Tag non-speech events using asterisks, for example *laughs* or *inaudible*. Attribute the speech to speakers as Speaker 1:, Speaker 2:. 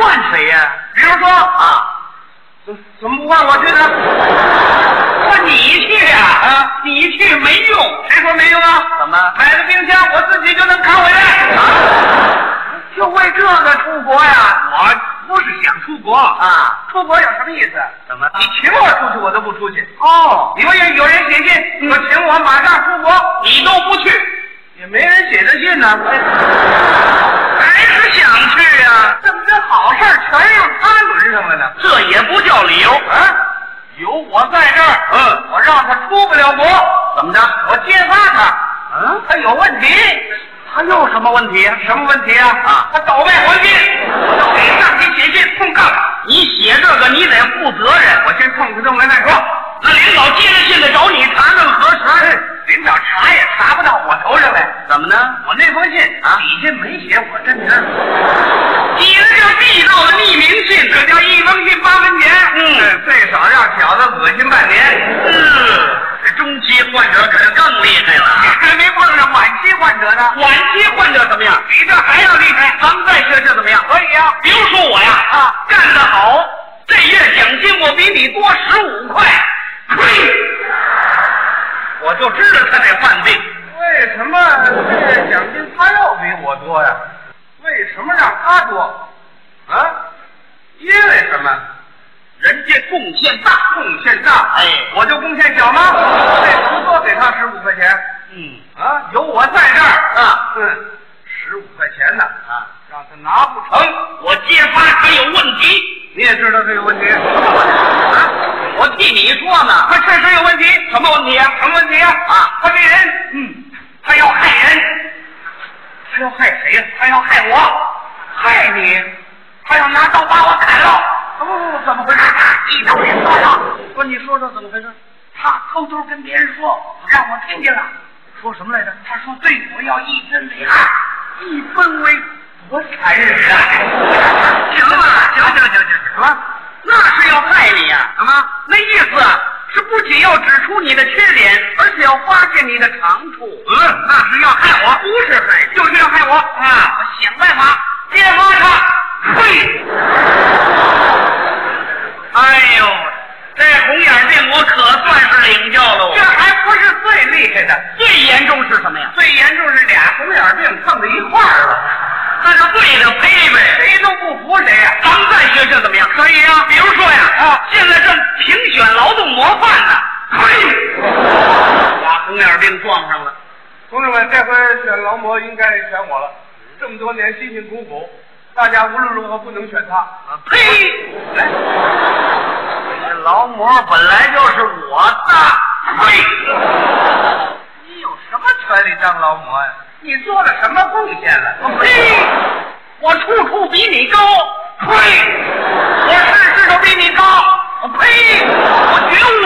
Speaker 1: 问谁呀、
Speaker 2: 师傅，
Speaker 1: 啊，
Speaker 2: 怎怎么不换我去呢？
Speaker 1: 说你去呀、啊？
Speaker 2: 啊
Speaker 1: 你去没用。
Speaker 2: 谁说没用啊？
Speaker 1: 怎么
Speaker 2: 买了冰箱，我自己就能扛回来。
Speaker 1: 啊
Speaker 2: 就为这个出国呀？
Speaker 1: 我不是想出国啊？
Speaker 2: 啊，出国有什么意思？
Speaker 1: 怎么
Speaker 2: 你请我出去，我都不出去。
Speaker 1: 哦，
Speaker 2: 你们也有人写信说请我马上出国，
Speaker 1: 你都不去，
Speaker 2: 也没人写这
Speaker 1: *laughs*
Speaker 2: 信呢。
Speaker 1: 还是想去呀、
Speaker 2: 这么些好事儿全让他轮上了呢。
Speaker 1: 这也不叫理由啊！
Speaker 2: 有我在这儿，
Speaker 1: 嗯
Speaker 2: 我让他出不了国，
Speaker 1: 怎么着？
Speaker 2: 我揭发他，
Speaker 1: 嗯，
Speaker 2: 他有问题。
Speaker 1: 他又什么问题啊？
Speaker 2: 什么问题啊？
Speaker 1: 啊
Speaker 2: 他倒卖黄金，我就给上级写信控告他。
Speaker 1: 你写这个你得负责任。
Speaker 2: 我先痛快痛快再说。
Speaker 1: 那领导接着信来找你查证核
Speaker 2: 哎
Speaker 1: 实，
Speaker 2: 领导查也查不到我头上来。
Speaker 1: 怎么呢？
Speaker 2: 我那封信
Speaker 1: 啊
Speaker 2: 底下没写我真名儿。
Speaker 1: 写的叫地道的匿名信，
Speaker 2: 这叫一封信八分钱，
Speaker 1: 嗯
Speaker 2: 呃最少让小子恶心半年。
Speaker 1: 嗯，这中期患者可是更厉害了。
Speaker 2: *laughs* 还没碰上晚期患者呢，
Speaker 1: 晚期患者怎么样？
Speaker 2: 比这还要厉害。
Speaker 1: 咱们再学学怎么样？
Speaker 2: 可以啊，
Speaker 1: 比如说我呀，
Speaker 2: 啊
Speaker 1: 干得好，这月奖金我比你多十五块。呸！我就知道他得犯病。
Speaker 2: 为什么这个奖金他要比我多呀？为什么让他多？啊？因为什么？
Speaker 1: 人家贡献大，
Speaker 2: 贡献大，
Speaker 1: 哎
Speaker 2: 我就贡献小吗？为什么多给他十五块钱？
Speaker 1: 嗯
Speaker 2: 啊，有我在这儿
Speaker 1: 啊
Speaker 2: 嗯，十五块钱呢，
Speaker 1: 啊，哎
Speaker 2: 让他拿不成。
Speaker 1: 我揭发他有问题，啊
Speaker 2: 你也知道这个问题，
Speaker 1: 我替你说呢。
Speaker 2: 他确实有问题。
Speaker 1: 什么问题啊？
Speaker 2: 什么问题啊？
Speaker 1: 啊
Speaker 2: 他这人，
Speaker 1: 嗯，
Speaker 2: 他要害人，他要害谁呀？他要害我，害你，他要拿刀把我砍了。哦，怎么回事？你都别说了，
Speaker 1: 不是你说说怎么回事？
Speaker 2: 他偷偷跟别人说，让我听见了。
Speaker 1: 说什么来着？
Speaker 2: 他说对我要一分为二，哎一分为多残忍啊！
Speaker 1: 行了，行行行行行，
Speaker 2: 什么？
Speaker 1: 那是要害你呀、
Speaker 2: 什么？
Speaker 1: 那意思啊，是不仅要指出你的缺点，而且要发现你的长处。
Speaker 2: 嗯，那是要害我，
Speaker 1: 不是害你，
Speaker 2: 就是要害我
Speaker 1: 啊！我想办法揭发他。嘿，哎呦，这红眼病我可算是领教了
Speaker 2: 这
Speaker 1: 我。
Speaker 2: 还不是最厉害的。
Speaker 1: 最严重是什么呀？
Speaker 2: 最严重是俩红眼病碰到一块儿了，
Speaker 1: 那就对着呸呗。
Speaker 2: 谁都不服谁啊呀、
Speaker 1: 咱们再学学怎么样？可以呀、比如说呀，
Speaker 2: 啊
Speaker 1: 现在正评选劳动模范呢。嘿，把红眼病撞上了。
Speaker 2: 同志们，这回选劳模应该选我了。这么多年辛辛苦苦，大家无论如何不能选他。
Speaker 1: 呸！哎这劳模本来就是我的，呸！
Speaker 2: 啊你有什么权利当劳模呀、你做了什么贡献了？
Speaker 1: 呸！我处处比你高，呸！我事事都比你高，我呸！我觉悟啊